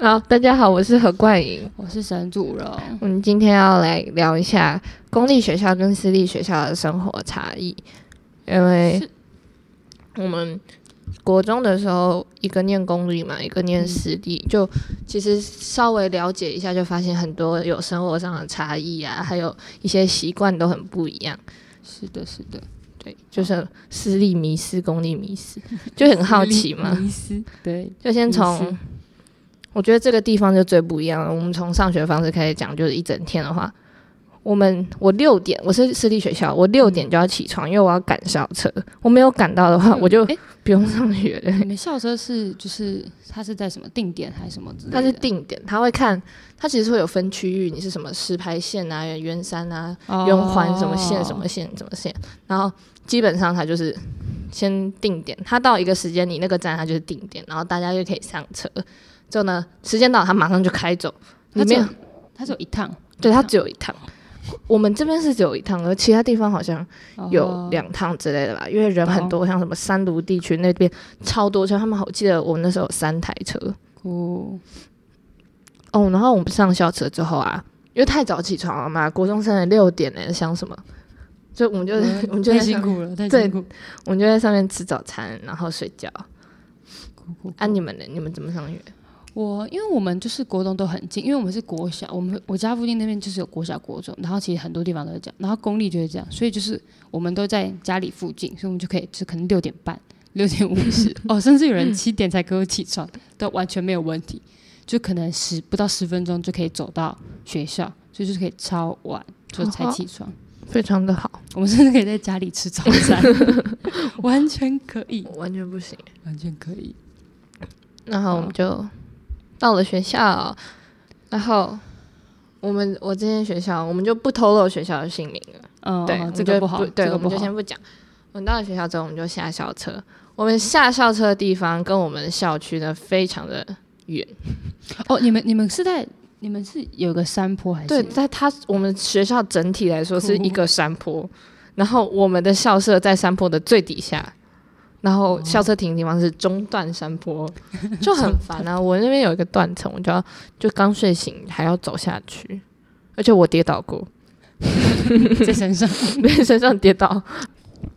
好，大家好，我是何冠莹。我是沈祖荣。我们今天要来聊一下公立学校跟私立学校的生活差异，因为我们国中的时候，一个念公立嘛，一个念私立，就其实稍微了解一下，就发现很多有生活上的差异啊，还有一些习惯都很不一样。是的，是的，对，就是私立迷失，公立迷失，就很好奇嘛。迷思，对，就先迷失从，我觉得这个地方就最不一样了。我们从上学方式开始讲，就是一整天的话，我们我六点我是私立学校，我六点就要起床，因为我要赶校车。我没有赶到的话，我就哎不用上学了。你们校车是就是它是在什么定点还是什么之类的？它是定点，它会看，它其实会有分区域，你是什么石牌线啊、圆山啊、哦圆环什么线、什么线、什么线，然后基本上它就是先定点，它到一个时间，你那个站它就是定点，然后大家就可以上车。之后呢，时间到它马上就开走，它里只有面它只有一趟，对它只有一趟。我们这边是只有一趟，而其他地方好像有哦两趟之类的吧，因为人很多，像什么三卢地区那边超多车，他们好记得我们那时候有三台车，哦，哦，然后我们上校车之后啊，因为太早起床了嘛，国中生的六点呢，想什么？就我们就、嗯我们就太在辛上苦了，太对辛苦。我们就在上面吃早餐，然后睡觉。哭哭啊，你们呢？你们怎么上学？我因为我们就是国中都很近，因为我们是国小，我们我家附近那边就是有国小、国中，然后其实很多地方都是这样，然后公立就是这样，所以就是我们都在家里附近，所以我们就可以就可能六点半、六点五十哦，甚至有人七点才给我起床，都完全没有问题，就可能十不到十分钟就可以走到学校，所以就是可以超晚就才起床，非常的好，我们甚至可以在家里吃早餐，完全可以，我完全不行。完全可以。然后我们就到了学校，然后我们我这间学校，我们就不透露学校的姓名了。嗯，对，我好们这就个不好，对，这个我不们就好先。不讲。我们到了学校之后，我们就下校车。我们下校车的地方跟我们校区呢非常的远，哦，你们你们是在你们是有个山坡还是？对，在它我们学校整体来说是一个山坡，然后我们的校舍在山坡的最底下，然后校车停的地方是中段山坡，就很烦啊！我那边有一个断层，我就要就刚睡醒还要走下去，而且我跌倒过， 在山 上。被身上跌倒。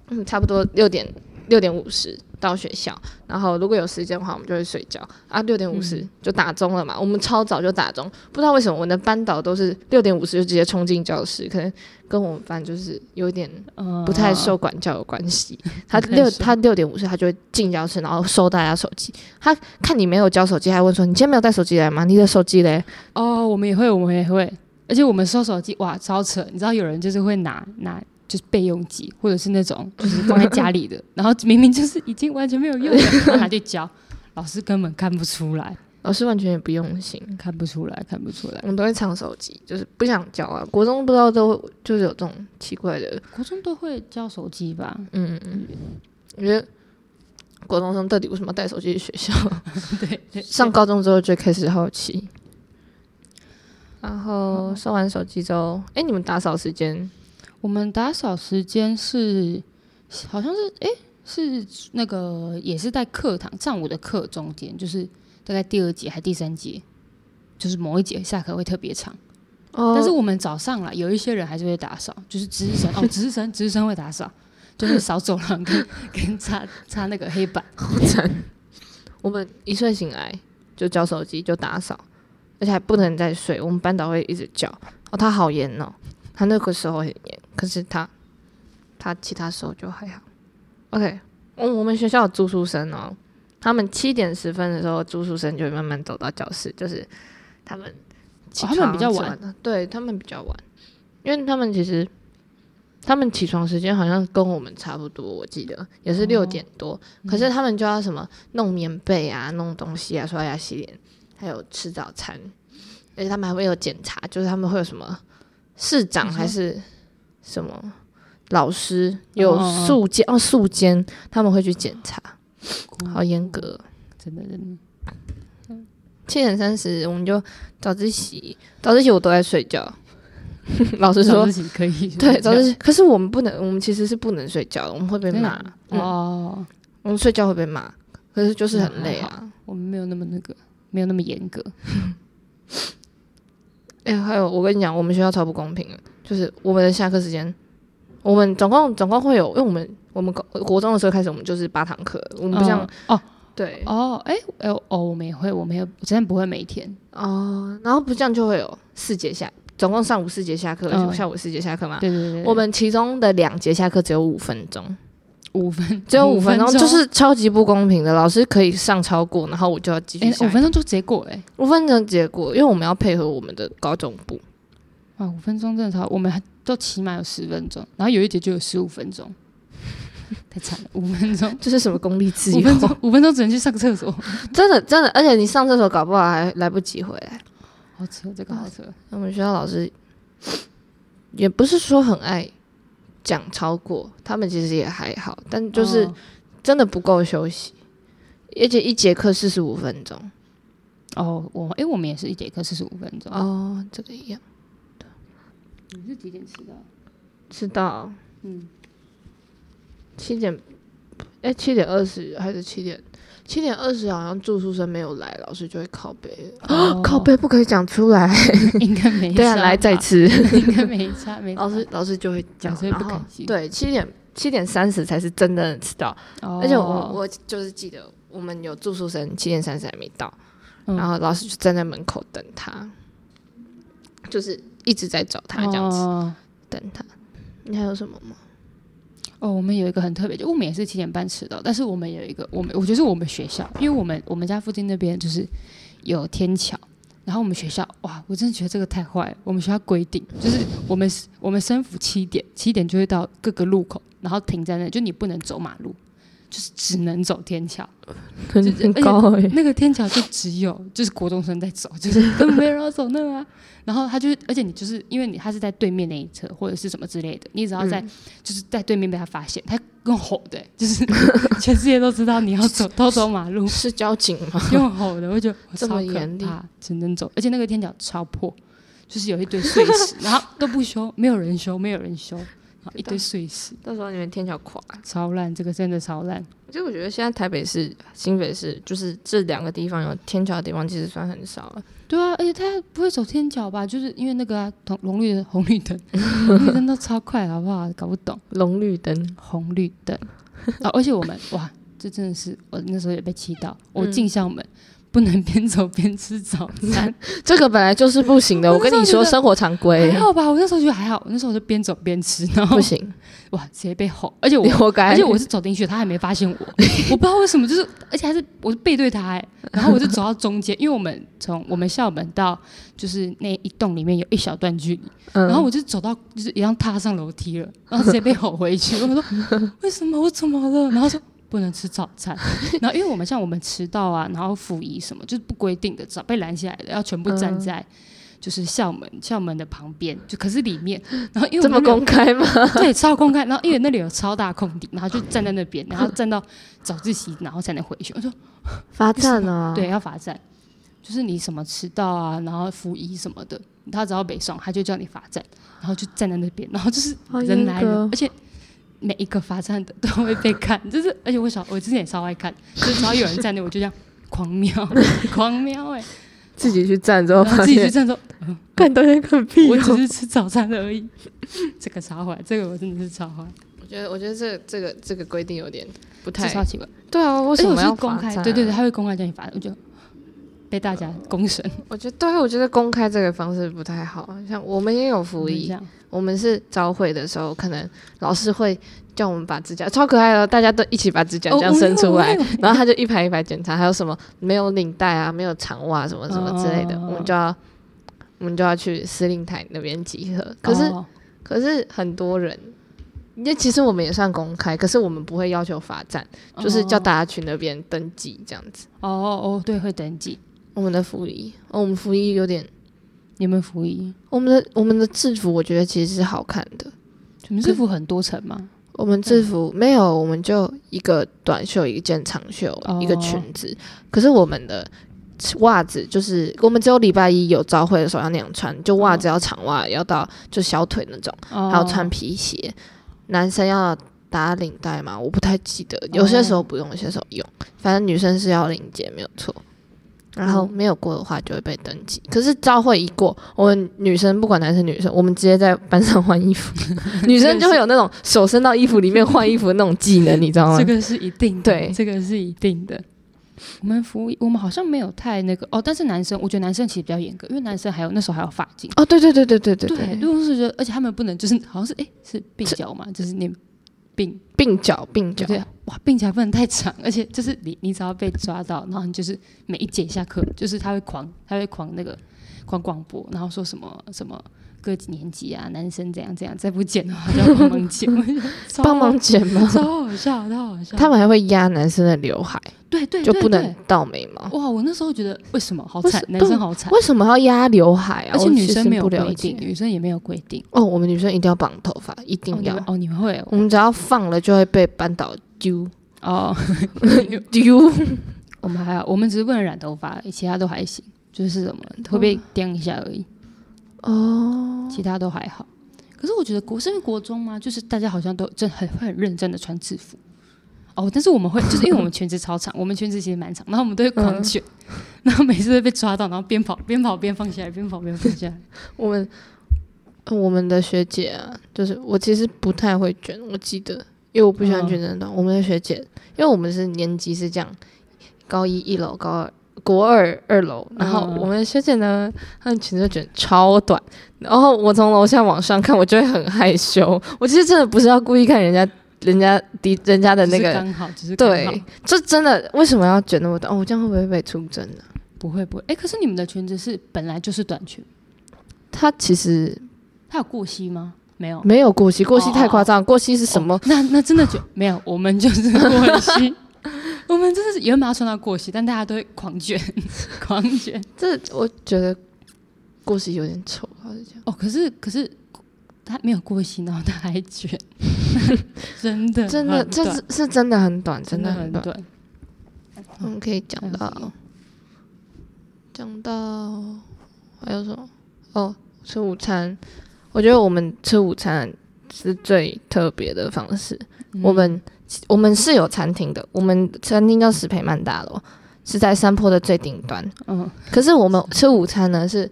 嗯，差不多六点六点五十到学校，然后如果有时间的话，我们就会睡觉啊。六点五十就打钟了嘛，我们超早就打钟，不知道为什么我们的班导都是六点五十就直接冲进教室，可能跟我们班就是有一点嗯不太受管教有关 系。他不太六受他六点五十他就会进教室，然后收大家手机。他看你没有交手机，还问说你今天没有带手机来吗？你的手机嘞？哦，我们也会，我们也会，而且我们收手机，哇，超扯！你知道有人就是会拿拿。就是备用机，或者是那种就是放在家里的，然后明明就是已经完全没有用了，然后拿去教，老师根本看不出来，老师完全也不用心。看不出来，看不出来。我们都会藏手机，就是不想交啊。国中不知道都就是有这种奇怪的，国中都会教手机吧？嗯嗯，我觉得国中生到底为什么要带手机去学校？ 对对，上高中之后就开始好奇。然后嗯收完手机之后，哎，你们打扫时间我们打扫时间是好像是诶，是那个也是在课堂上午的课中间，就是大概第二节还第三节，就是某一节下课会特别长。哦但是我们早上啦，有一些人还是会打扫，就是值日生 哦，值日生值日生会打扫，就是扫走廊跟 跟擦擦那个黑板。我们一睡醒来就交手机就打扫，而且还不能再睡。我们班导会一直叫，哦，他好严哦，他那个时候很严，可是他他其他时候就还好。OK，我、我们学校有住宿生哦，他们七点十分的时候住宿生就会慢慢走到教室，就是他们起哦他床、们比较晚，对他们比较晚，因为他们其实。他们起床时间好像跟我们差不多，我记得也哦是六点多，嗯可是他们就要什么弄棉被啊、弄东西啊、刷牙、洗脸，还有吃早餐，而且他们还会有检查，就是他们会有什么市长你说还是什么老师哦有哦哦宿监哦宿监，他们会去检查，好严格哦。真的真的。七点三十我们就早自习，早自习我都在睡 觉。老师早说自，习可以 对早自习，可是我们不能，我们其实是不能睡觉的，我们会被真的骂啊，嗯 哦，我们睡觉会被骂，可是就是那很累嗯还好啊。我们没有那么那个，没有那么严格。哎、还有我跟你讲，我们学校超不公平的，就是我们的下课时间，我们总共总共会有，因为我们我们高国中的时候开始，我们就是八堂课，我我们不像、哦对哦哎哎哦，我们也会，我们也真的不会每天。哦，然后不像就会有四节下，总共上午四节下课，嗯下午四节下课嘛。对对对对，啊我们其中的两节下课只有五分钟，五分只有嗯五五分钟，钟就是超级不公平的。老师可以上超过，然后我就要继哎续下一五堂。分钟就直接过了哎、五分钟结果，因为我们要配合我们的高中部，哇五分钟真的超，我们还都起码有十分钟，然后有一节就有十五分钟， 太惨了，五分钟。这是什么功利自五由？分钟，五分钟只能去上厕所， 真的真的，而且你上厕所搞不好还来不及回来。好扯，这个啊好扯。我们学校老师也不是说很爱讲超过，他们其实也还好，但就是哦真的不够休息，而且一节课四十五分钟。哦，我哎、我们也是一节课四十五分钟。哦，这个一样你是几点迟到？知道嗯，七点，哎、七点二十还是七点？七点二十好像住宿生没有来，老师就会靠背。哦 靠背不可以讲出来，应该没对啊，差来再吧次。 应该没差，没差老师老师就会讲老，师会然不后开心对七点七点三十才是真正的迟到，哦而且我我就是记得我们有住宿生七点三十还没到，嗯然后老师就站在门口等他，就是一直在找他这样子、哦等他。你还有什么吗？哦，我们有一个很特别，就我们也是七点半迟到，但是我们有一个，我们我觉得是我们学校，因为我们我们家附近那边就是有天桥，然后我们学校哇，我真的觉得这个太坏了。我们学校规定就是我们我们升服七点，七点就会到各个路口，然后停在那，就你不能走马路，就是只能走天桥。 很很高哎、那个天桥就只有就是国中生在走，就是根本没人要走那个啊。然后他就是，而且你就是因为你他是在对面那一侧或者是什么之类的，你只要在、嗯就是在对面被他发现，他用吼的、就是 全世界都知道你要走偷走马路，是交警吗？ 用吼的，我觉得我这超么严厉可怕，只能走。而且那个天桥超破，就是有一堆碎石，然后都不修，没有人修，没有人修，然后一堆碎石，到时候你们天桥垮。超烂，这个真的超烂。其实我觉得现在台北市、新北市，就是这两个地方有天桥的地方，其实算很少了。对啊，而且他不会走天桥吧？就是因为那个啊，红红绿灯、红 绿灯、红绿灯都超快，好不好？搞不懂龙绿灯，红绿灯啊、而且我们哇，这真的是我那时候也被气到，我进校门、不能边走边吃早餐， 这个本来就是不行 的。我跟你说，生活常规还好吧？我那时候觉得还好，我那时候我就边走 边吃， 然后不行，哇，直接被吼，而 且我你活该。而且我是走进去，他还没发现 我，我不知道为什么，就是而且还是我是背对他哎、然后我就走到中间，因为我们从我们校门到就是那一栋里面有一小段距离，嗯，然后我就走到就是一样踏上楼梯了， 然后直接被吼回去，我说 为什么我怎么了？然后说。不能吃早餐， 然后因为我们像我们迟到啊，然后辅仪什么就是不规定的，早被拦下来的，要全部站嗯在就是校门校门的旁边，就可是里 面，然后因为我这们么那边有公开 吗？对，超公开。然后因为那里有超大空地，然后就站在那边，然后站到早自习，然后才能回去。我说罚站啊！对，，要罚站，就是你什么迟到啊，然后服仪什么的，他只要北上，他就叫你罚站，然后就站在那边，然后就是好人严来格了哦，而且。每一个罚站的都会 被看，就是而且我小我之前也超爱看，就是只要有人站那，我就这样 狂瞄狂瞄哎、自己去站之后然后发自己就现，哎站说， 看都在看屁哦我只是吃早餐而已，这个超坏，这个我真的是超坏，我觉得，我觉得这这个这个规定有点不这超太奇怪。对啊，为而什且我么是要公罚开站？，啊对对对，，他会公开叫你罚，我就被大家公审，我觉得对，啊我觉得公开这个方式不太好。像我们也有服就是这役，样。我们是早会的时候，可能老师会叫我们把指甲超可爱的，大家都一起把指甲哦这样我伸出有来，我有然后他就一排一排检查，还有什么没有领带啊，没有长袜什么什么之类的，哦我们就要我们就要去司令台那边集合。可是、哦可是很多人，因为其实我们也算公开，可是我们不会要求罚站，嗯就是叫大家去那边登记这样子。哦哦，对，会登记。我们的服仪，哦，我们服仪有点，你们服役，我们的我们的制服，我觉得其实是好看的。你们制服很多层吗？我们制服没有，我们就一个短袖，一件长袖，哦一个裙子。可是我们的袜子就是，我们只有礼拜一有朝会的时候要那样穿，就袜子要长袜，要到就小腿那种，哦还有穿皮鞋。男生要打领带嘛，我不太记得，有些时候不用，有些时候用。反正女生是要领结，没有错。然嗯后没有过的话就会被登记。可是招会一过，我们女生不管男生女生，我们直接在班上换衣 服，女生就会有那种手伸到衣服里面换衣服的那种技能，你知道吗？这个是一定的，对这个是一定的。我们服我们好像没有太那个哦，但是男生，我觉得男生其实比较严格，因为男生还有那时候还有发禁。哦，对对对对对对对，如果是觉得，而且他们不能就是好像是哎是鬓角嘛，就是那鬓鬓角鬓角，对哇，鬓角不能太长， 而且就是你你只要被抓到，然后你就是每一节下课就是他会狂他会狂那个狂广播，然后说什么什么。各几年级啊，男生怎样怎样，再不剪的话就要帮 忙剪，我就觉得超帮忙剪吗？超好笑，超好笑。他们还会压男生的刘海，对对就对不能对倒眉毛。哇！我那时候觉得为什么好为惨，什男对生好惨，为什么要压刘海啊？而且我女其生实没有不了规解定，女生也没有规定，哦，我们女生一定要绑头发，一定哦你要。嗯们哦，你们会哦我们只要放了就会被扳倒 丢哦，丢。我们还好，我们只是不能染头发，其他都还行，就是什么嗯会被颠一下而已， 哦，其他都还好。可是我觉得国是因为国中嘛，就是大家好像都真很会很认真的穿制服。哦，但是我们会，就是因为我们裙子超长，我们裙子其实蛮长，然后我们都会嗯狂卷，然后每次都被抓到，然后边跑边跑边放下来，边跑边放下来。我们呃我们的学姐啊，就是我其实不太会卷，我记得，因为我不喜欢嗯卷真的。我们的学姐，因为我们是年级是这样，高一一楼，高二。国二二楼，然后嗯我们的学姐呢，她的裙子卷超短，然后我从楼下往上看，我就会很害羞。我其实真的不是要故意看人家、人家敌、人家的那就是个刚好，只是刚好对，这真的为什么要卷那么短？哦，我这样会不会被出征啊呢、不会不会，哎、可是你们的裙子是本来就是短裙，它其实它有过膝吗？没有，没有过膝，过膝太夸张，过膝是哦什么？那那真的就没有，我们就是过膝， 我们真的是原本要穿到过膝，但大家都会狂卷， 狂卷。这我觉得过膝有点丑，老实讲，哦，可是可是他没有过膝，然后他还卷，真的真的很这短是是真的很短，真的的很很。短。我们可以讲还有什到讲到还有什么？哦，吃午餐，我觉得我们吃午餐是最特别的方式。嗯我们我们是有餐厅的，我们餐厅叫史培曼大楼，是在山坡的最顶端。嗯可是我们吃午餐呢，是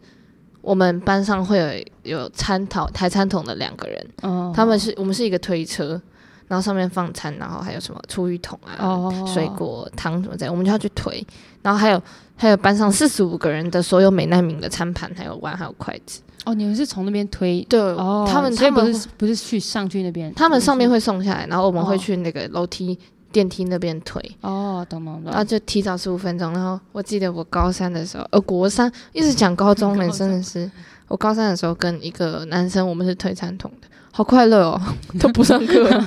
我们班上会有有餐讨抬餐桶的两个人，嗯，他们是我们是一个推车，然后上面放餐，然后还有什么厨余桶啊、哦水果汤什么的，我们就要去推。然后还有还有班上四十五个人的所有美难民的餐盘，还有碗，还有筷子。哦，你们是从那边推对，哦，他们所以他不们是不是去上去那边，他们上面会会送下来，然后我们会哦去那个楼梯、电梯那边推。哦，懂懂懂然后，就提早十五分钟。然后我记得我高三的时候，呃，国三一直讲高中嗯高人三真的是，我高三的时候跟一个男生，我们是推餐桶的，好快乐哦， 都不上课 了。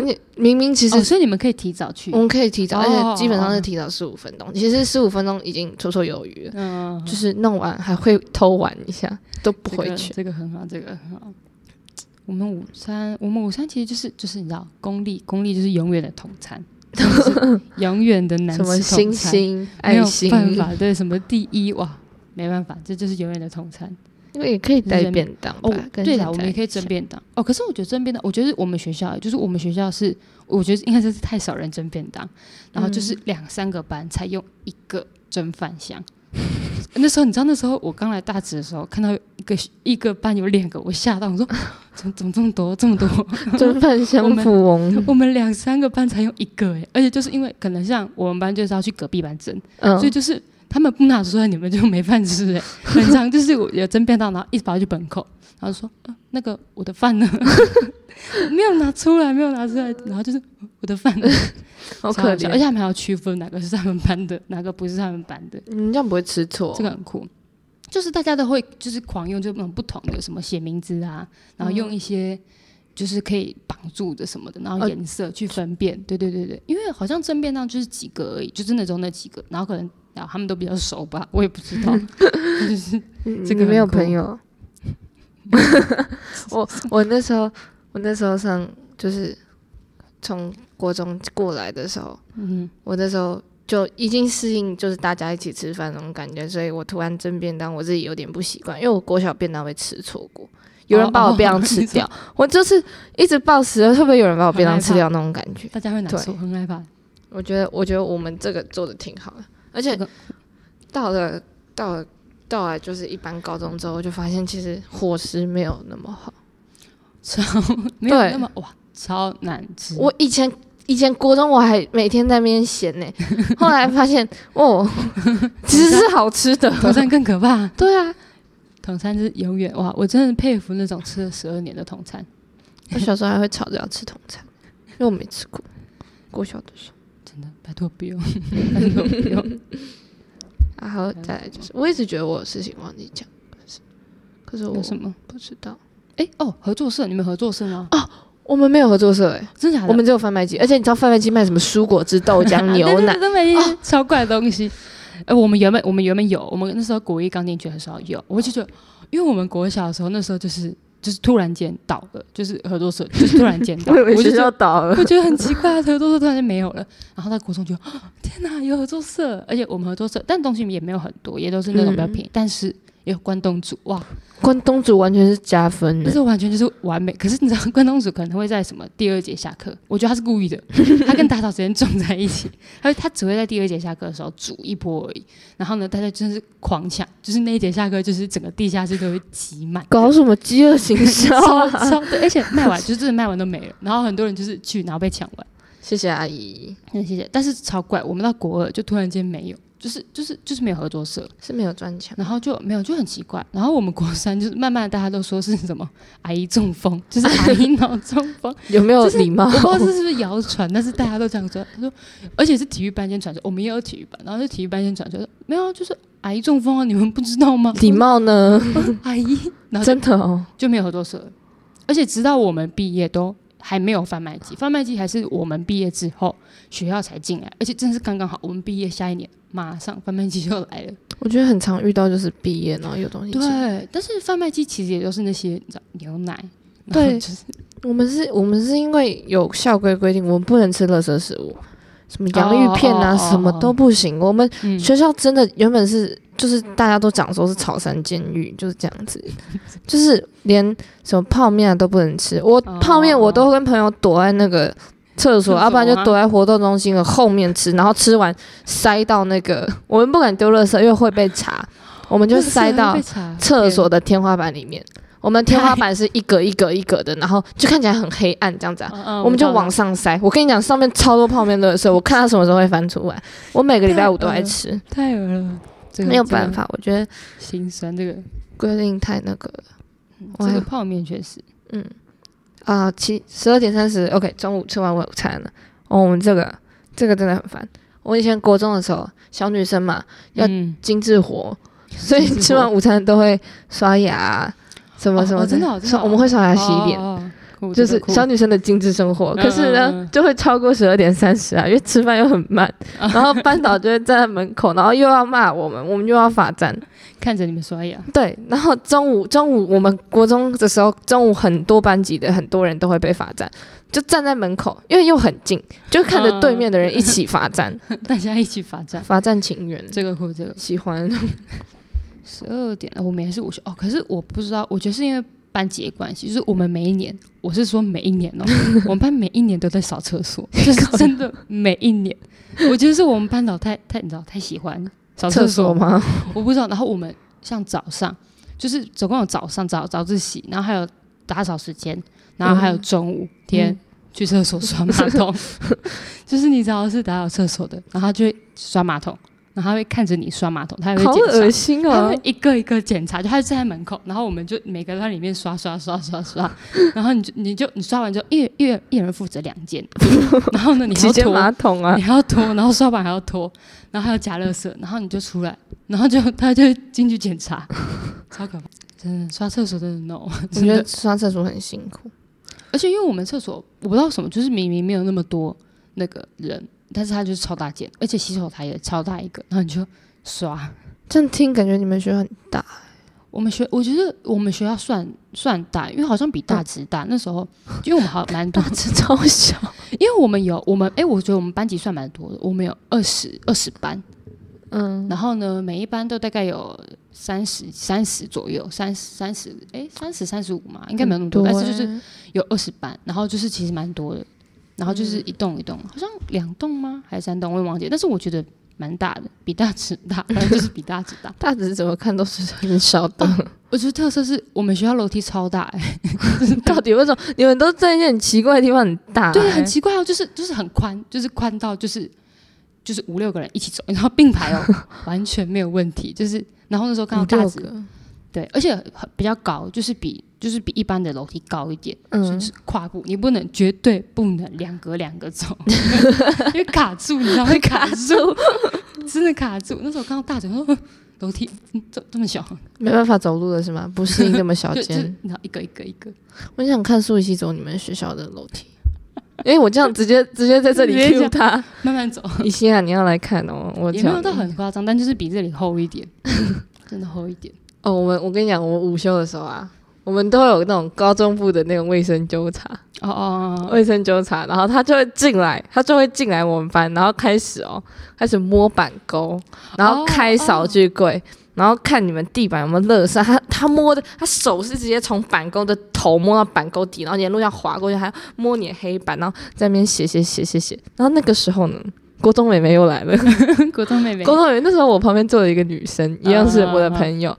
而且明明其实哦，所以你们可以提早去我，们可以提早，哦而且基本上哦是哦提早十五分钟，其实十五分钟已经绰绰有余了，嗯，就是弄完还会偷玩一下，都不回去。这个、这个很好，这个很好。我们午餐，我们午餐其实就是就是你知道，公立公立就是永远的统 餐，就是永远的难吃什么统餐星星、没爱有心，办法，对什么第一哇，没办法，这就是永远的统餐。因为也可以带人便当吧哦，跟对现啦，我们在也可以蒸便当哦。可是我觉得蒸便当，我觉得我们学校就是我们学校是，我觉得应该是太少人蒸便当，啊然后就是嗯两三个班才用一个蒸饭箱。 那时候你知道，那时候我刚来大直的时候，看到一个一个班有两个，我吓到，我说怎么怎么这么多这么多？蒸饭我香们富翁，我们两三个班才用一个哎，而且就是因为可能像我们班就是要去隔壁班蒸，所以嗯，就是他们不拿出来，你们就没饭 吃、欸。很常就是我有蒸便当，然后一直跑去本口，然后说、呃、那个我的饭呢？ 没有拿出来，没有拿出来，然后就是呃我的饭呢，好超可怜笑哦而。且他们还要区分哪个是他们班的，哪个不是他们班的，嗯你这样不会吃错。这个很酷。就是大家都会就是狂用就那种不同的什么写名字啊，然后用一些就是可以绑住的什么的，然后嗯呃颜色去分辨。对对对对，因为好像蒸便当就是几个而已，就真的只有那几个，然后可能然后他们都比较熟吧，我也不 知道。就是嗯这个你没有很酷朋 友。我我那时候我那时候上就是从国中过来的时候，嗯，我那时候就已经适应就是大家一起吃饭那种感觉，所以我突然蒸便当，我自己有点不习惯，因为我国小便当被吃错过。有人把我便当吃哦掉，我就是一直抱死了，会不会有人把我便当吃掉那种感觉？大家会拿对错，很害怕。我觉得，我觉得我们这个做的挺好的，而且这个到了到了到了就是一般高中之后，我就发现其实伙食没有那么好。超 没有对那么哇，超难吃。我以前以前国中我还每天在那边闲呢，后来发现哦，其实是好吃的。统餐更可怕，对啊，统餐是永远哇！我真的佩服那种吃了十二年的统餐，我小时候还会吵着要吃统餐，因为我没吃过。国小的时候真的拜托不哦用，拜托不用。啊，还有再来就是，我一直觉得我有事情忘记讲，可是可有是什我么？不知道，哎哦，合作社，你们合作社吗？我们没有合作社哎、真的假的？哦我们只有贩卖机，而且你知道贩卖机卖什么蔬果汁、豆 浆、啊牛奶，都没超怪的东 西。哎，哦我们原本我们原本有，我们那时候国一刚进去的时候有，我就觉得，因为我们国小的时候那时候就是就是突然间倒了，就是合作社就是突然间倒， 以为我就学觉得校倒了。我觉得很奇怪，合作社突然间没有了。然后到国中就，啊天哪，有合作社，而且我们合作社，但东西也没有很多，也都是那种比较便宜，但是。有关东煮哇，关东煮完全是加分那的，是完全就是完美。可是你知道关 东煮可能会在什么第二节下课？我觉得他是故意的， 他跟打扫时间撞在一起，他他只会在第二节下课的时候煮一波而已。然后呢，大家真是狂抢，就是那一节下课，就是整个地下室都会挤满。搞什么饥饿营销超啊！超对，而且卖完就是真的卖完都没了，然后很多人就是去，然后被抢完。 谢谢阿姨，嗯，谢谢。但是超怪，我们到国二就突然间没有，就是就是就是没有合作社，是没有赚钱，然后就没有，就很奇怪。然后我们国三就是慢慢大家都说是什么 阿姨中风，就是阿姨脑中风，有没有礼貌？ 我不知道这 是不是谣传，但是大家都这样说。他说，而且是体育班先传说，我们也有体育班，然后是体育班先传说，没有啊，就是阿姨中风啊，你们不知 道吗？礼貌呢？ 阿姨，然后就真的哦，就没有合作社了，而且直到我们毕业都还没有贩卖机，贩卖机还是我们毕业之后学校才进来，而且真是刚刚好，我们毕业下一年马上贩卖机就来了。我觉得很常遇到就是毕业然后有东西吃。对，但是贩卖机其实也都是那些你知道牛奶，对然后就是我们是，我们是因为有校规规定，我们不能吃垃圾食物，什么洋芋片啊，哦哦哦什么都不行。我们嗯，学校真的原本是，就是大家都讲说是草山监狱，就是这样子， 就是连什么泡面啊都不能吃。我哦泡面我都跟朋友躲在那个厕厕所所，啊吗要不然就躲在活动中心的后面吃，然后吃完塞到那个， 我们不敢丢垃圾，因为会被查，我们就塞 到厕所的天花板里面。我们天花板是一格一格一格的，然后就看起来很黑暗这样子啊、嗯，嗯我们就往上塞。我跟你讲，上面超多泡面垃圾，我看它什么时候会翻出来。我每个礼拜五都嗯爱吃。太恶了，这个没有办，法，我觉得这个心酸这个规定太那个了。我这还个泡面确实嗯啊，七十二点三十，OK，中午吃完午餐了。哦，我们这个这个真的很烦。我以前国中的时候，小女生嘛，要嗯精致活，所以精致活吃完午餐都会刷牙，什么哦什哦么真的哦真的刷哦我们会刷牙洗脸。哦就酷这个是酷小女生的精致生活，嗯可是呢，嗯嗯就会超过十二点三十啊，因为吃饭又很 慢，然后班导就会站在门口，然后又要骂我们，我们又要罚站。看着你们刷牙， 对，然后中午中午我们国中的时候，中午很多班级的很多人都会被罚站，就站在门口，因为又很近，就看着对面的人一起罚 站，大家一起罚站，罚站情缘，这个酷这个。喜欢十二点，我们也是午休哦。可是我不知道，我觉得是因为班级的关系，就是我们每一年，我是说每一年 哦，我们班每一年都在扫厕所，就是真的每一年。我觉得是我们班导太太，你知道太喜欢扫厕厕所所嘛，吗？我不知道。然后我们像早上，就是总共有早上早早自习，然后还有打扫时间，然后还有中午天。嗯去厕所刷马桶， 就是你只要是打扫厕所的，然后他就会刷马桶，然后他会看着你刷马桶，他也会好检查恶心他哦会！一个一个检查，就他就站在门口，然后我们就每个人在里面刷刷刷刷刷，然后你就你就你刷完之后，一人一人一人负责两件， 然后呢你还几要间马拖，桶啊你，还要拖， 然后刷完还要拖，然后还要加垃圾，然后你就出来，然后就 他就进去检查，超可怕，真的刷厕所真 的 no，我真觉的得，刷厕所很辛苦。而且因为我们厕所我不知道什么，就是明明没有那么多那个人，但是他就是超大件，而且洗手台也超大一个，然后你就刷。这样听感觉你们学校很大，我们学，我觉得我们学校算算大，因为好像比大直 大、那时候，因为我们好蛮多大，只超小，因为我们有我们哎、我觉得我们班级算蛮多的，我们有二十二十班，嗯，然后呢，每一班都大概有三十三十左右，三十三十哎三十三十五嘛，应该没有那么多，很但是就是欸有二十班，然后就是其嗯实蛮多的，然后就是一栋一栋，好像两栋吗还是三栋，我也忘记了，但是我觉得蛮大的，比大尺大，反正就是比大尺大。大直怎么看都是 很小的， 我觉得特色是我们学校楼梯超大、欸，到底为什么你们都在一些很奇怪的地方很大、对，很奇怪哦，就是就是很宽，就是宽到就是就是五六个人一起走，然后并排 哦，完全没有问题。就是然后那时候哎看到大直，个，对，而且很比较高，就是比就是比一般的楼梯高一点，嗯就是跨步，你不能绝对不能两格两格走，因为卡住，你知道会卡住，真的卡住。那时候看到大整个楼梯嗯这这么小，没办法走路了是吗？不适应这么小 就就间。然后一个一个一个，我想看苏雨西走你们学校的楼梯，因为我这样直接直接在这里直接这 Q 样他。慢慢走，雨欣啊，你要来看哦，我也没有讲到很夸张，但就是比这里厚一 点，真的厚一点。哦，我们我跟你讲，我们午休的时候啊，我们都会有那种高中部的那种卫生纠察，哦哦，哦卫生纠察，然后他就会进来，他就会进来我们班，然后开始哦，开始摸板沟，然后哦开扫具柜。然后看你们地板有没有垃圾，他他摸的，他手是直接从板沟的头摸到板沟底，然后沿路要滑过去，还要摸你的黑板，然后在那边写写写写写。然后那个时候呢，郭冬美妹又来了，哦国中妹妹，郭冬美那时候我旁边坐了一个女生，一样是我的嗯朋友，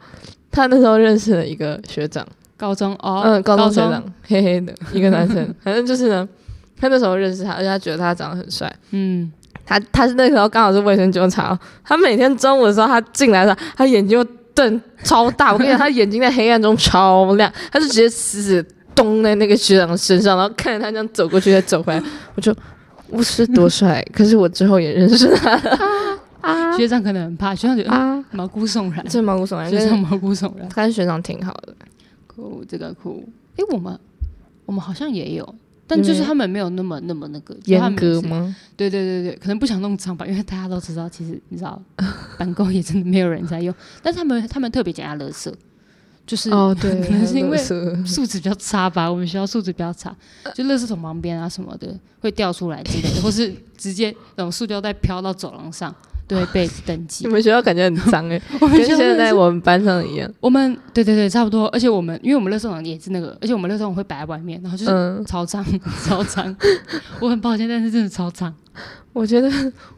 她那时候认识了一个学长。高中哦，嗯，高中学 中，长，黑黑的一个男生， 反正就是呢，他那时候认识他，而且他觉得他长得很帅。嗯，他他是那时候刚好是卫生纠察，哦他每天中午的时候，他进来的时候，他眼睛就瞪超大，我跟你讲，他眼睛在黑暗中超亮，他就直接死死咚在那个学长的身上，然后看着他这样走过去再走回来，我就我是多帅，可是我之后也认识他啊嗯学长可能很怕，学长觉得嗯啊，毛骨悚然，这毛骨悚然，学跟长毛骨悚然。跟学长挺好的，酷，这个酷。诶，我们我们好像也有，但就是他们没有那么那么那个就严他们格是吗？对对对对，可能不想弄脏吧，因为大家都知道，其实你知 道，板沟也真的没有人在用，但是他们他们特别捡下垃圾，就是哦， 对，可能是因为还有垃圾素质比较差吧，我们学校素质比 较差，就垃圾桶旁边啊什么的会掉出来之 类的，或是直接那种塑胶袋飘到走廊上，都会被登记 你。们学校感觉很脏哎、我们跟学校现真的在是我们班上一样。我们对对对差不多，而且我们因为我们垃圾桶也是那个，而且我们垃圾桶会摆在外面，然后就是嗯，超脏， 超脏，我很抱歉，但是真的超脏我觉得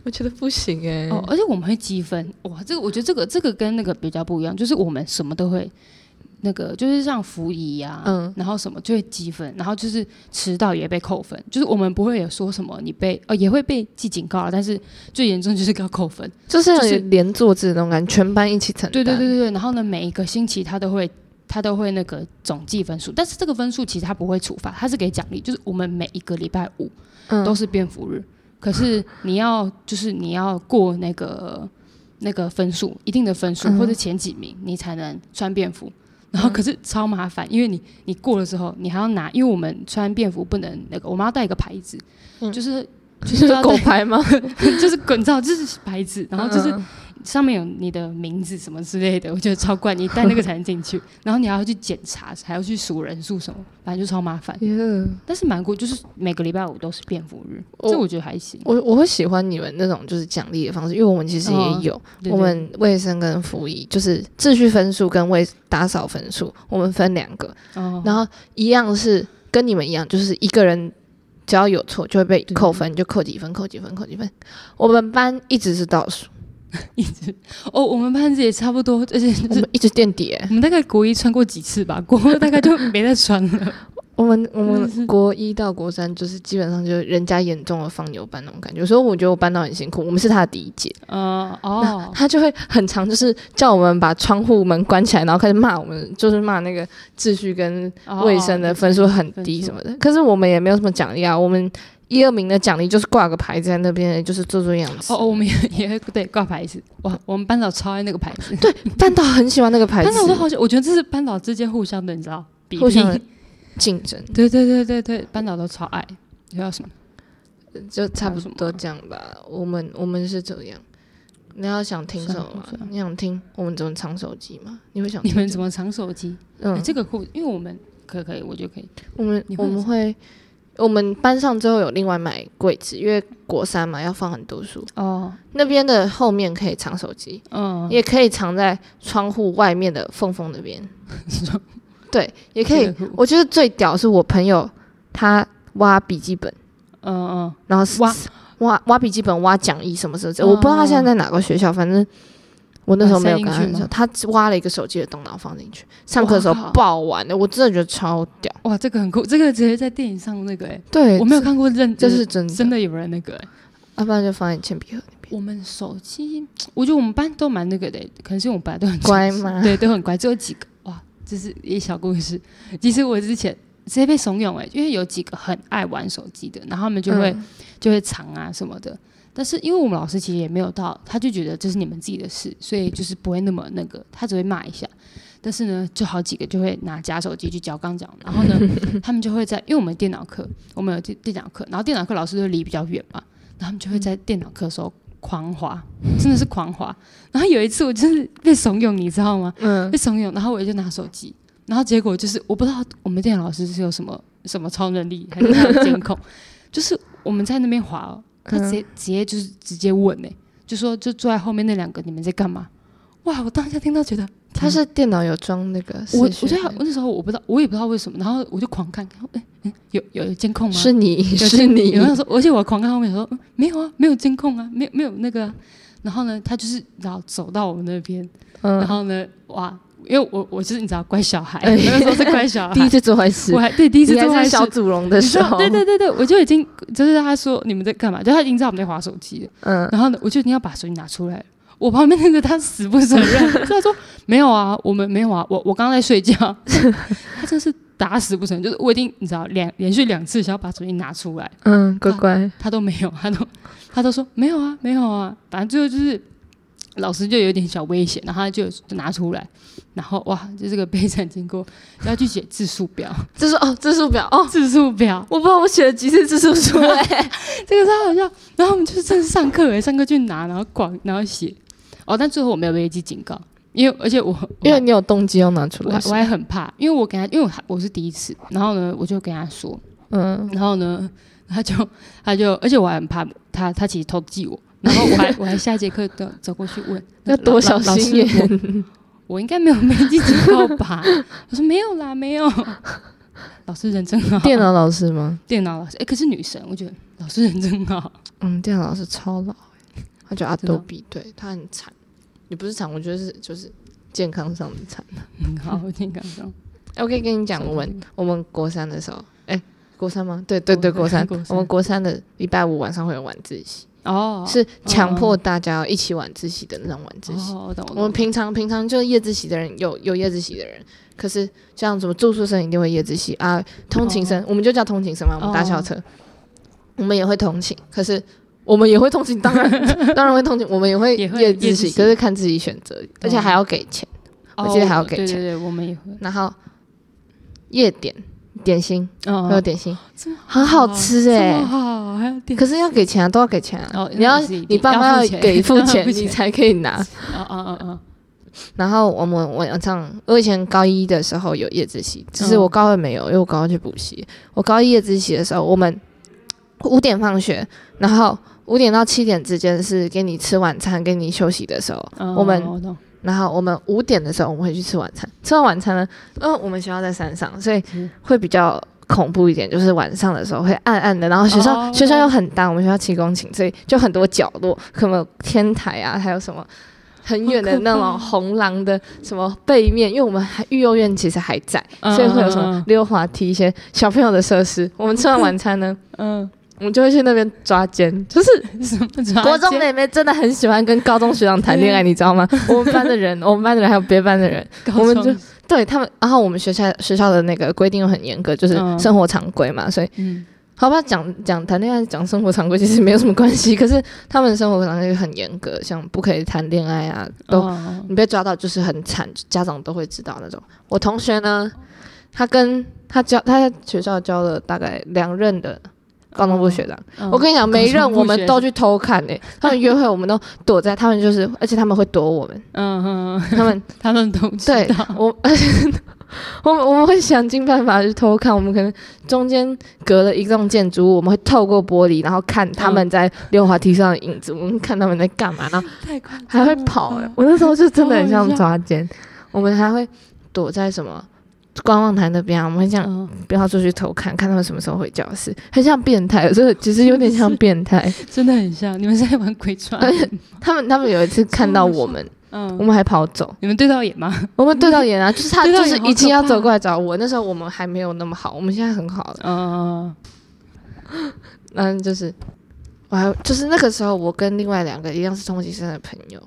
我觉得不行哎、哦。而且我们会积分，哇，这个我觉得这个这个跟那个比较不一样，就是我们什么都会，那个就是像服仪啊，嗯然后什么就会积分，然后就是迟到也被扣分，就是我们不会有说什么你被哦也会被记警告啊，但是最严重就是要扣分。就是就有是连坐制的那种感觉，全班一起承担。对对对对对，然后呢，每一个星期他都会。他都会那个总计分数，但是这个分数其实他不会处罚，他是给奖励，就是我们每一个礼拜五嗯，都是便服日，可是你要就是你要过那个那个分数一定的分数、嗯或者前几名，你才能穿便服。然后可是超麻烦，因为你你过了之后，你还要拿，因为我们穿便服不能那个，我们要带一个牌子，嗯就是 就就是是要狗带牌吗？就是滚罩，就是牌子， 然后就是嗯上面有你的名字什么之类的，我觉得超怪，你带那个才能 进去，然后你还要去检查，还要去数人数什么，反正就超麻嗯烦。耶但是蛮酷，就是每个礼拜五都是便服日，哦这我觉得还行。我我会喜欢你们那种就是奖励的方式，因为我们其实也哦有，对我对们卫生跟服役就是秩序分数跟卫打扫分数，我们分两个，哦，然后一样是跟你们一样，就是一个人只要有错就会被对扣分，就扣几分，扣几分，扣几分。我们班一直是倒数，哦，我们班子也差不多，而且就我是们一直垫底、欸。我们大概国一穿过几次吧，国二大概就没再穿了。我们我们是国一到国三就是基本上就是人家眼中的放牛班那种感觉，所以我觉得我班导很辛苦。我们是他的第一届，呃， 哦，他就会很常就是叫我们把窗户门关起来，然后开始骂我们，就是骂那个秩序跟哦卫生的分数很低什么的。可是我们也没有什么奖励啊，我们一二名的奖励就是挂个牌子在那边，就是做做样子。哦，哦我们也也会对挂牌子，哇，我们班导超爱那个牌子，对，班导很喜欢那个牌子，班导都好喜，我觉得这是班导之间互相的，你知道，比互拼相的竞争，对对对对对，班导都超爱。你要什么？就差不还有什么多这样吧。我们我们是这样。你要想听什么吗算了算了？你想听我们怎么藏手机吗？你会想你们怎么？么藏手机？哎嗯，这个酷，因为我们可以可以，我觉得可以。我们你会我们会，我们班上最后有另外买柜子，因为国三嘛要放很多书，哦，那边的后面可以藏手机，嗯，也可以藏在窗户外面的缝缝那边。对，也可 这以个。酷我觉得最屌是我朋友他挖笔记本，嗯嗯，然后挖挖挖笔记本、挖讲义什么什么之类，我不知道他现在在哪个学校，反正我那时候没有跟他哦塞进去说，吗他只挖了一个手机的灯，然后放进去，上课的时哇候靠爆玩的，我真的觉得超屌。哇，这个很酷，这个直接在电影上那个哎、对，我没有看过认，这，这是真的，真的有人那个哎、要不然就放在铅笔盒里面。我们手机，我觉得我们班都蛮那个的欸、可能是我们班都很乖诚实吗 对，都很乖，只有几个哇，这是一小故事。其实我之前直接被怂恿哎、因为有几个很爱玩手机的，然后他们就会、嗯就会藏啊什么的。但是因为我们老师其实也没有到，他就觉得这是你们自己的事，所以就是不会那么那个，他只会骂一下。但是呢，就好几个就会拿假手机去教刚讲，然后呢，他们就会在，因为我们电脑课，我们有电电脑课，然后电脑课老师就离比较远嘛，然后他们就会在电脑课的时候狂滑，真的是狂滑。然后有一次我就是被怂恿，你知道吗？嗯，被怂恿，然后我就拿手机，然后结果就是我不知道我们电脑老师是有什么什么超能力，还是他有 监控，就是我们在那边滑、哦，他直接、嗯直接就是直接问呢、就说就坐在后面那两个你们在干嘛？哇！我当下听到觉得他是电脑有装那个视我讯我就要的我那时候我不知道我也不知道为什么，然后我就狂看，哎、嗯有有有监控吗？是你有是监你，有人说，而且我狂看后面说、嗯没有啊，没有监控啊，没有没有那个、啊。然后呢，他就是然后走到我们那边，然嗯，后呢，哇，因为我我就是你知道乖小孩，哎那个时候是乖小孩， 第一次做坏事我，还对第一次你还做坏在事小祖龙你的知时道候，对对对对，我就已经就是他说你们在干嘛，就他已经知道我们在划手机了，嗯，然后呢，我就一定要把手机拿出来。我旁边那个他死不承认， 他说没有啊，我们没有啊，我我刚刚在睡觉。他真是打死不承认，就是我已经你知道两连续两次想要把手机拿出来，嗯，乖乖，他都没有， 他都他都说没有啊，没有啊，反正最后就是老师就有点小危险，然后他就就拿出来，然后哇，就这个悲惨经过要去写字数表， 这是哦，字数表哦，字数表我不知道我写了几次字数出来，这个超好笑，然后我们就是真的上课诶，上课去拿，然后广然后写，哦，但最后我没有被记警告，因为而且我我 因为你有动机要拿出我来还，我还很怕，因为我给他，因为我还我是第一次，然后呢，我就跟他说，嗯，然后呢，他就他就，而且我还很怕他，他其实偷记我，然后我 还我还下一节课走走过去问，要多小心眼老老师我我应该没有 没记警告吧？我说没有啦，没有。 老师人真好，电脑老师吗？电脑老师，哎、可是女神，我觉得老师人真好。嗯，电脑老师超老、欸，他叫阿真的豆哦比，对他很惨，也不是惨，我觉得是就是健康上的惨。嗯，好，我听刚刚哎、我可以跟你讲，我们我们国三的时候，哎、国三吗？对对对，国国三三，国三我们国三的礼拜五晚上会有晚自习，哦，是强迫大家要一起晚自习的那种晚自习。哦，我懂，我我们懂。平常平常就夜自习的人有有夜自习的人，可是像什么住宿生一定会夜自习啊，通勤哦生、我们就叫通勤生嘛，我们搭校车，我们也会通勤，可是我们也会通勤，当然 当然会通勤，我们也会也会夜自夜自习，习哦可是看自己选择，而且还要给钱，我记得还要给对钱对对，我们也会。然后夜点点心哦会有点心，这么很好吃哎、这么好，还有点可是要给钱啊，都要给钱啊！哦你要那你自己你爸要妈付要钱给付要付钱，你钱才可以 拿。哦哦哦然后我们晚上，我以前高一的时候有夜自习，只是嗯我高二没有，因为我高二去补习。我高一夜自习的时候，我们五点放学，然后五点到七点之间是给你吃晚餐、给你休息的时候。哦，我们哦我懂然后我们五点的时候我们会去吃晚餐。吃完晚餐呢，因为我们学校在山上，所以嗯会比较恐怖一点，就是晚上的时候会暗暗的。然后学校、哦学校又很大，我们学校七公顷，所以就很多角落，什么天台啊，还有什么。很远的好可怕那种红廊的什么背面，因为我们还育幼院其实还在，嗯所以会有什么溜滑梯、一些小朋友的设施。我们吃完晚餐呢，嗯，我们就会去那边抓 奸，就是什么 抓国中奸妹妹真的很喜欢跟高中学长谈恋爱， 你知道吗？我们班的人，我们班的人还有别班的人，高我们中就对他们。然后我们学校学校的那个规定又很严格，就是嗯生活常规嘛，所以嗯好吧，讲讲谈恋爱讲生活常规其实没有什么关系，可是他们的生活常规很严格，像不可以谈恋爱啊，都、哦你被抓到就是很惨，家长都会知道那种。我同学呢，他跟他交他在学校交了大概两任的高中部学长。哦我跟你讲，没高中任部我们学都去偷看诶、他们约会我们都躲在，他们就是，而且他们会躲我们，嗯嗯，嗯他们他们都知对道我， 我们我们会想尽办法去偷看，我们可能中间隔了一栋建筑物，我们会透过玻璃，然后看他们在溜滑梯上的影子，我们看他们在干嘛，然后太夸张还会了跑、欸吧。我那时候就真的很像好好抓奸，我们还会躲在什么观望台那边啊，我们会这样嗯，不要出去偷看，看他们什么时候回教室，很像变态，有时候其实有点像变 态。真的很像。你们是在玩鬼抓而且他们他们有一次看到我们，哎我嗯，们还跑走，你们对到眼吗？我们对到眼啊，就是他对到就眼是好一定要可怕走过来找我。那时候我们还没有那么好，我们现在很好了。嗯，嗯，就是我还就是那个时候，我跟另外两个一样是通勤生的朋友，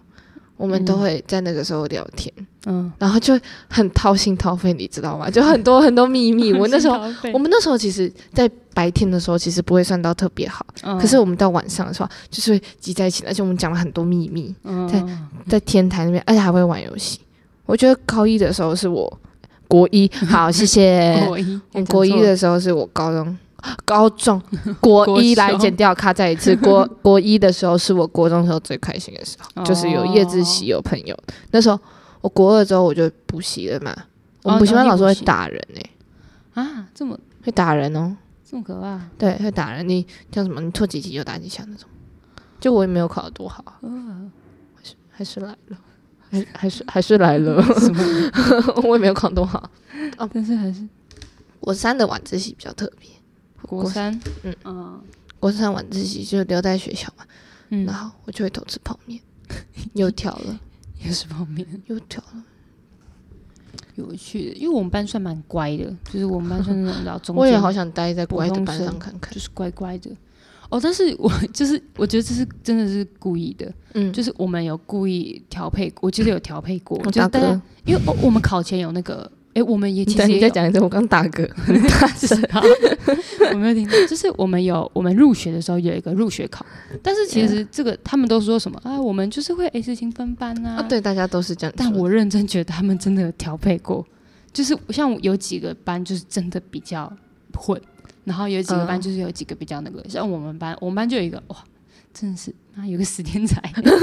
我们都嗯会在那个时候聊天，嗯，然后就很掏心掏肺，你知道吗？就很多很多秘嗯密。我那时候心掏肺我们那时候其实，在白天的时候其实不会算到特别好，嗯可是我们到晚上的时候就是会集在一起，而且我们讲了很多秘密，嗯在在天台那边，而且还会玩游戏。我觉得高一的时候是我国一，好，谢谢。国一，呃我嗯国一的时候是我高中， 高中 国一来国中减掉咔再一次，国哦国一的时候是我国中的时候最开心的时候，就是有夜自习有朋友。那时候我国二之后我就补习了嘛，我们哦补习班你老师会补习打人哎、啊，这么会打人哦，这么可怕，对，会打人。你叫什么？你错几题就打几下那种。就我也没有考得多好啊，哦还是还是来了，还还是还是来了， 什么？我也没有考多好。但是还是我三的晚自习比较特别，国三，嗯嗯我三晚自习就留在学校嘛。然嗯，后我就会偷吃泡 面，又挑了，也是泡面，又挑了。有趣的，因为我们班算蛮乖的，就是我们班算那种老中，我也好。想待在普乖的通班生上看看就。是乖乖的。哦，但是我 就是我觉得这是真的是故意的，嗯，就是我们有故意调配过，我记得有调配过，我就是哦大大哥家，因为哦我们考前有那个，诶，我们也其实你也再有讲一次，我刚打 嗝。 知道，我没有听到。就是我们有我们入学的时候有一个入学考，但是嗯其实这个他们都说什么啊，我们就是会 A 事情分班啊啊，对，大家都是这样但说的。我认真觉得他们真的有调配过，就是像有几个班就是真的比较混，然后有几个班嗯就是有几个比较那个，像我们班，我们班就有一个哇，真的是妈有个死 天才，天才真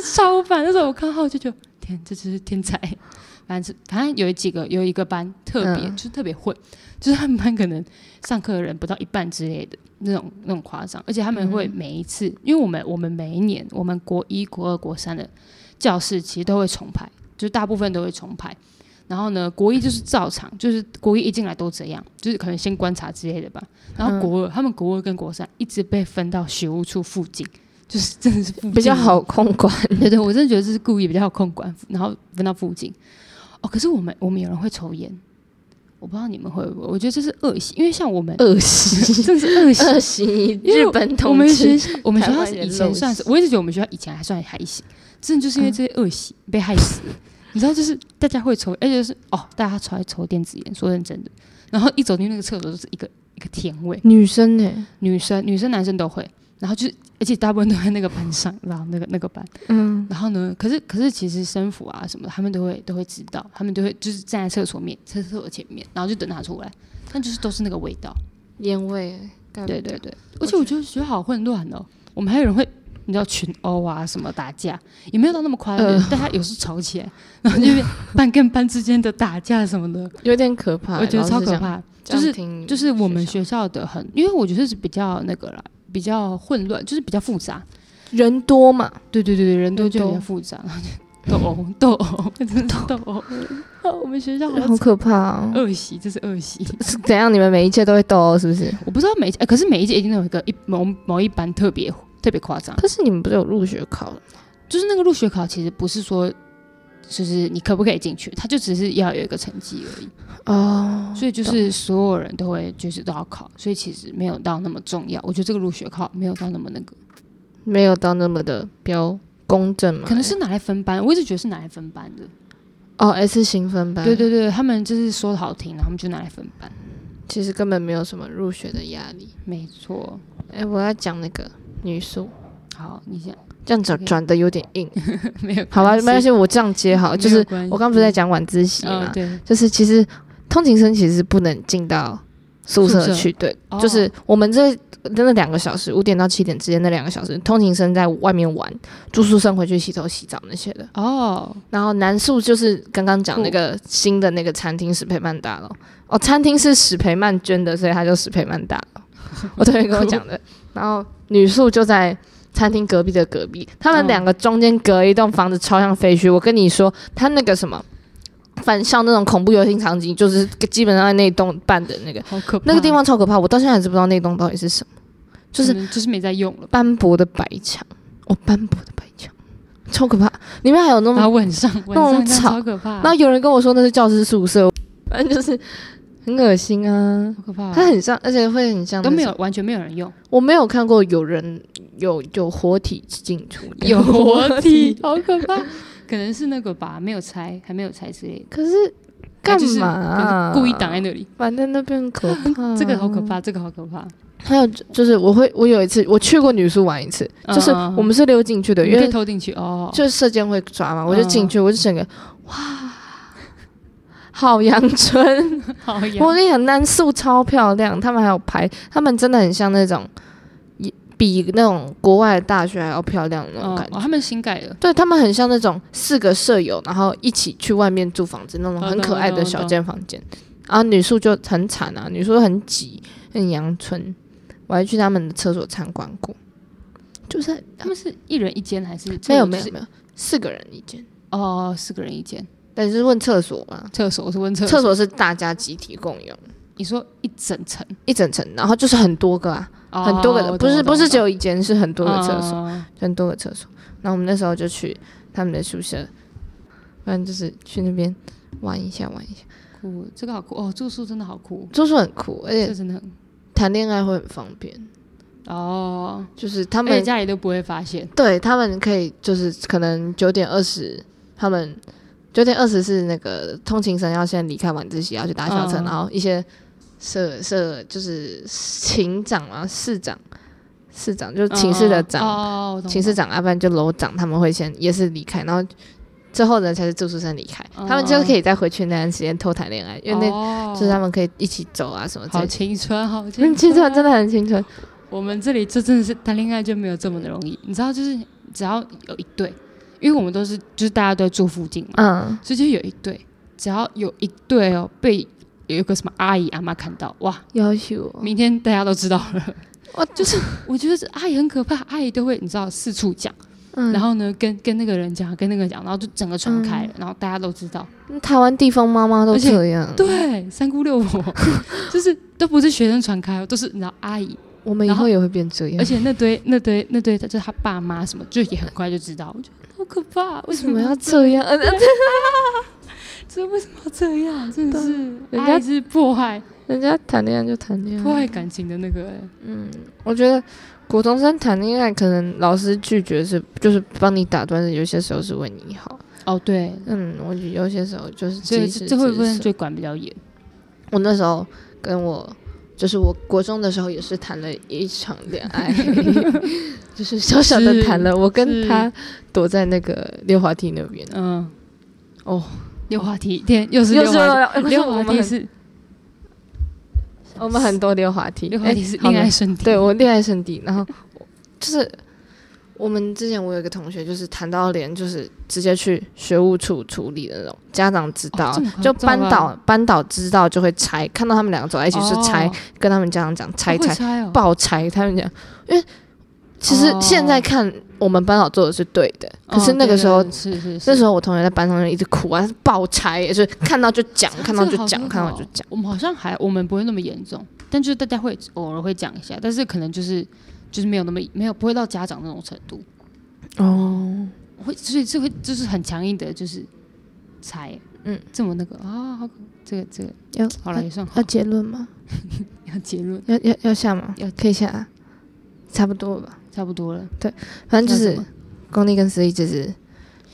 的超烦。那时候我看到就觉得天，这就是天才。反正反正有几个有一个班特别、嗯就是特别混，就是他们班可能上课的人不到一半之类的那种那种夸张，而且他们会嗯每一次，因为我们我们每一年我们国一、国二、国三的教室其实都会重排，就是大部分都会重排。然后呢，国一就是照常， 就是国一一进来都这样，就是可能先观察之类的吧。然嗯后国二，他们国二跟国三一直被分到学务处附近，就是真的是附近比较好控管， 对对，我真的觉得这是故意比较好控管，然后分到附近。哦，可是我们我们有人会抽烟，我不知道你们会不会，我觉得这是恶习，因为像我们恶习，这个是 恶习。恶习，因为日本我统们治学。校我们学台校湾是人以前陋算是习，我一直觉得我们学校以前还算还行，真的就是因为这些恶习被害死了。你知道，就是大家会抽，而且就是哦，大家超爱抽电子烟，说认真的。然后一走进那个厕所，就是一个一个甜味，女生呢？女生、欸女生、男生都会。然后就是，而且大部分都在那个班上，然后那个那个班。嗯，然后 呢，可是可是其实生辅啊什么的，他们都会都会知道，他们都会就是站在厕所面厕所前面，然后就等他出来，但就是都是那个味道。烟味。欸干对不对掉，对，而且我觉得学校好混乱哦，我们还有人会。你知道群殴啊什么打架也没有到那么夸张，呃但他有时吵起来，然后 就变班跟班之间的打架什么 的，有点可怕。我觉得老超实可讲，怕。这样就是听就是我们校嗯学校的很，因为我觉得是比较那个啦，比较混乱，就是比较复杂。人多嘛，对对对对，人多人就比多较复杂，然后就斗殴斗殴， 真的是斗殴。啊，我们学校好好可怕哦。恶习，这是恶习。是怎样？你们每一届都会斗殴是不是？哦我不知道每一届，哎可是每一届一定都有一个一某某一班特别特别夸张，可是你们不是有入学考了？就是那个入学考其实不是说就是你可不可以进去，他就只是要有一个成绩而已。哦，所以就是所有人都会就是都要考，所以其实没有到那么重要。我觉得这个入学考没有到那么那个，没有到那么的标公正嘛，可能是拿来分班，我一直觉得是拿来分班的。哦 S 型分班，对，对对，他们就是说得好听，然后他们就拿来分班。其实根本没有什么入学的压力。没错，哎，我要讲那个女宿，好，你讲这样转 OK 转的有点硬， 没有关系？好吧，没关系，我这样接好了，就是没有关系我刚不是在讲啊晚自习嗯、嘛，对，就是其实通勤生其实是不能进到宿舍宿舍去，对，哦就是我们这真的两个小时，五点到七点之间那两个小时，通勤生在外面玩，住宿生回去洗头洗澡那些的。哦，然后南宿就是刚刚讲那个新的那个餐厅史培曼大楼，哦，餐厅是史培曼捐的，所以它叫史培曼大楼。我同学跟我讲的。然后女宿就在餐厅隔壁的隔壁，他们嗯两个中间隔一栋房子，超像废墟。我跟你说，他那个什么。反校那种恐怖游行场景，就是基本上在那一栋办的那个好可怕。那个地方超可怕，我到现在还是不知道那栋到底是什么，就就是是就是没在用了，斑驳的白墙，哦，斑驳的白墙，超可怕，里面还有那种然后吻上，吻那上种这样草超可怕，然后有人跟我说那是教师宿舍，反正就是很恶心啊。好可怕哦，它很像，而且会很像都没那有种。完全没有人 用，我没有看过有人有有活体进出的，体，好可怕， 可能是那个吧，没有拆，还没有拆之类的，可是干就是嘛、啊就是故意挡在那里，。反正那边很可怕这个好可。怕，这个好可怕，还有就就是我会，我有一次我去过女宿玩一次，就是嗯嗯嗯我们是溜进去的，你因可以为偷啊进去哦，就是射箭会抓嘛，我就进去，我就整个哇，好阳春。好我呀，跟你讲，南宿超漂亮，他们还有拍，他们真的很像那种，也比那种国外的大学还要漂亮的那种哦感觉。哦他们新改了，对他们很像那种四个舍友，然后一起去外面租房子那种哦很可懂爱的懂小懂间房间。然后女宿就很惨啊，女宿很挤，很阳春。我还去他们的厕所参观过，就是他们是一人一间还是没有就没是有没有四个人一间，哦，四个人一间，但是问厕所嘛，厕所我是问厕厕，所是大家集体共用你说一整层，一整层，然后就是很多个啊。哦很多个的，我不懂是我懂不是我只懂有一间，是很多个厕所，嗯很多个厕所。然后我们那时候就去他们的宿舍，反正就是去那边玩一下玩一下，酷，这个好酷哦，住宿真的好酷，住宿很酷，而这且真的很谈恋爱会很方便，哦，就是他而且们家里都不会发现，对他们可以就是可能九点二十，他们九点二十是那个通勤生要先离开晚自习，要去搭校车，嗯然后一些社社就是情长啊、市长、市长就是寝室的长嗯哦，我懂寝室，长、阿班就楼长，他们会先也是离开，然后之后呢才是住宿生离开，嗯他们就可以再回去那段时间偷谈恋爱，因为那、那就是他们可以一起走啊什么之哦好类的。青春，好嗯，青青春真的很青春，我们这里这真的是谈恋爱就没有这么的容易，你知道，就是只要有一对，因为我们都是就是大家都在住附近嘛，嗯，所以就有一对，只要有一对哦被。有一个什么阿姨阿妈看到哇，要求明天大家都知道 了。我就是，我觉得这阿姨很可怕，阿姨都会你知道四处讲，嗯，然后呢跟跟那个人讲，跟那个讲，然后就整个传开嗯了，然后大家都知道。台湾地方妈妈都而且这样，对，三姑六婆， 就是都不是学生传开哦，都是你知道阿姨，我们以然后后也会变这样。而且那堆那堆那堆，就是他爸妈什么，就也很快就知道，我觉得好可怕，为为什什么么要要这样？嗯嗯这为什么要这样？真的是，对哎嗯阿姨是迫害 人家谈恋爱就谈恋迫爱害，感情的那个、欸，嗯，我觉得国中生谈恋爱，可能老师拒绝是就是帮你打断的，有些时候是为你好。哦对，嗯，我觉得有些时候就是所以及时这这会不止会损就管比较严？我那时候跟我就是我国中的时候也是谈了一场恋 爱，就是小小的谈了。我跟是他躲在那个溜滑梯那边，嗯，哦，溜滑梯，天又是又溜是滑溜溜梯，溜滑滑梯梯是我们很多溜滑梯，溜滑梯哎是好恋爱了圣地，对我恋爱圣地。然后我就是我们之前我有一个同学，就是谈到连就是直接去学务处处理的那种，家长知道、这么夸就张班啊导班导知道就会拆，看到他们两个走在一起是拆，哦跟他们家长讲拆哦会拆。拆哦，爆拆，他们讲，因为其实哦现在看我们班导做的是对的，可是哦那个对时候对。是是是那时候我同学在班上就一直哭啊，爆拆，也是看到就讲，看到这就个好讲，多看到哦就讲。我们好像还我们不会那么严重，但就是大家会偶尔会讲一下，但是可能就是就是没有那么没有不会到家长那种程度，哦，会所以这会就是很强硬的，就是才嗯这么那个啊，好可这个这个要好了也算好要结论吗？要结论要要要下吗？要可以下啊，差不多了吧。差不多了，反正就那是什么公立跟私立，就是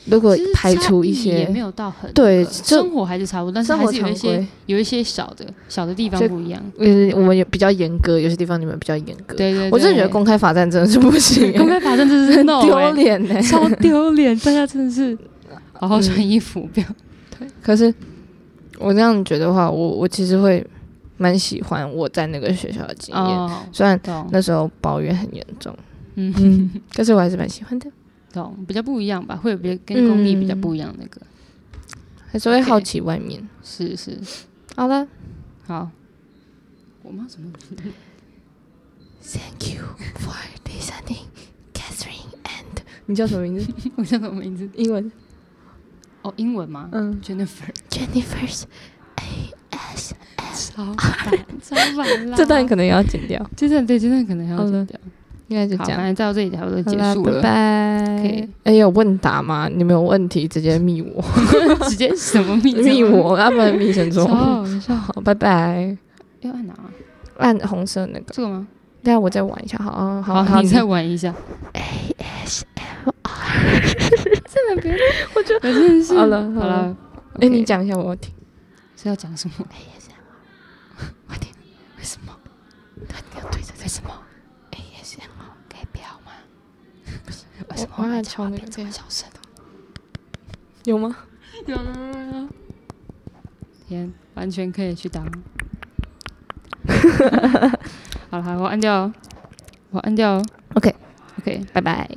如果其实排差除一异也些没有到很对那个就生活还是差不多，但是生还活是有常一些规，有一些小的小的地方就不一样，呃，我们也比较严格，有些地方你们比较严格。对对，我真的觉对得公开罚站真的是不 行，公开法真的 是 no 丢欸脸呢。超丢脸，大家真的是 好好穿衣服， 不要可是我这样觉得话，我我其实会蛮喜欢我在那个学校的经验，哦，虽然懂那时候抱怨很严重，嗯但是我还是蛮喜欢的， 懂，比较不一样吧，会有别跟公立比较不一样那个，嗯还是会 OK 好奇外面。是是好了好。我妈怎么？ ，Thank you for listening, Catherine and 你叫什么名字？我叫什么名字？英文哦，英文吗？嗯 Jennifer， ，Jennifer's， 超烦，超烦啦！这段可能也要剪掉，这段对这段可能还好要了剪掉。应该就好，这反样。正到这里差不多好结啦束了，拜拜。可以哎、有问答吗？你们有问题直接密我， 直接什么密 密，我，要不然密成超 中。好笑。好，拜拜。要按哪啊？按红色那个，这个吗？等下我再玩一下。好，啊好，好，好，你再玩一下。真的别，我觉得真的是好了好好了了。哎、 OK 你讲一下我听。是要讲什么？快点，为什么？他要对着为什么？ASMR 可以不要吗？为什么我我我要讲敲话那变个这么小声？有吗？有有有有。天，完全可以去当。 好了，好我按掉哦，我按掉哦。 OK OK，拜拜。